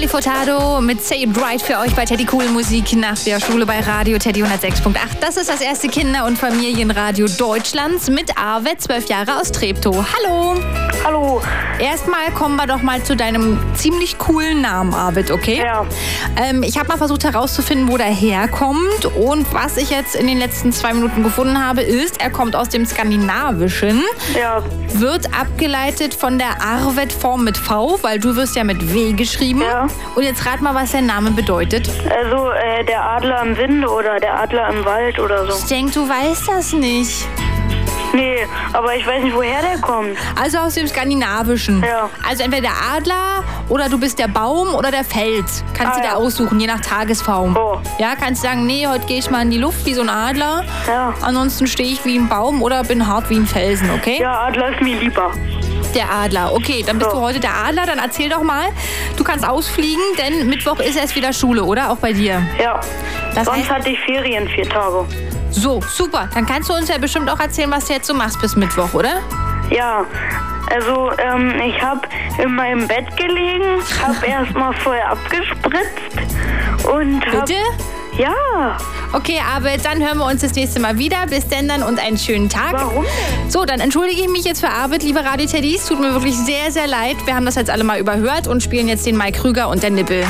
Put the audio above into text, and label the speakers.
Speaker 1: Desperado mit Say It Right für euch bei Teddy Cool Musik nach der Schule bei Radio Teddy 106.8. Das ist das erste Kinder- und Familienradio Deutschlands mit Arve, zwölf Jahre aus Treptow. Hallo!
Speaker 2: Hallo.
Speaker 1: Erstmal kommen wir doch mal zu deinem ziemlich coolen Namen, Arvid, okay?
Speaker 2: Ja.
Speaker 1: Ähm, ich habe mal versucht herauszufinden, wo der herkommt. Und was ich jetzt in den letzten zwei Minuten gefunden habe, ist, er kommt aus dem Skandinavischen,
Speaker 2: Ja,
Speaker 1: wird abgeleitet von der Arvet-Form mit V, weil du wirst ja mit W geschrieben.
Speaker 2: Ja.
Speaker 1: Und jetzt rat mal, was der Name bedeutet.
Speaker 2: also äh, der Adler im Winde oder der Adler im Wald oder so.
Speaker 1: Ich denke, du weißt das nicht.
Speaker 2: Nee, aber ich weiß nicht, woher der kommt.
Speaker 1: Also aus dem Skandinavischen.
Speaker 2: Ja.
Speaker 1: Also entweder der Adler oder du bist der Baum oder der Fels. Kannst
Speaker 2: Ah,
Speaker 1: du dir
Speaker 2: ja.
Speaker 1: aussuchen, je nach Tagesform.
Speaker 2: Oh.
Speaker 1: Ja, kannst sagen, nee, heute gehe ich mal in die Luft wie so ein Adler.
Speaker 2: Ja.
Speaker 1: Ansonsten stehe ich wie ein Baum oder bin hart wie ein Felsen, okay?
Speaker 2: Ja, Adler ist mir lieber.
Speaker 1: Der Adler. Okay, dann bist
Speaker 2: So.
Speaker 1: du heute der Adler. Dann erzähl doch mal, du kannst ausfliegen, denn Mittwoch ist erst wieder Schule, oder? Auch bei dir.
Speaker 2: Ja.
Speaker 1: Das
Speaker 2: Sonst
Speaker 1: heißt-
Speaker 2: hatte ich Ferien vier Tage.
Speaker 1: So, super. Dann kannst du uns ja bestimmt auch erzählen, was du jetzt so machst bis Mittwoch, oder?
Speaker 2: Ja, also ähm, ich habe in meinem Bett gelegen, habe erstmal voll abgespritzt und hab,
Speaker 1: Bitte?
Speaker 2: Ja,
Speaker 1: Okay, aber dann hören wir uns das nächste Mal wieder. Bis denn dann und einen schönen Tag.
Speaker 2: Warum
Speaker 1: So, dann entschuldige ich mich jetzt für Arbeit, liebe Radio Teddys. Tut mir wirklich sehr, sehr leid. Wir haben das jetzt alle mal überhört und spielen jetzt den Mai Krüger und der Nippel.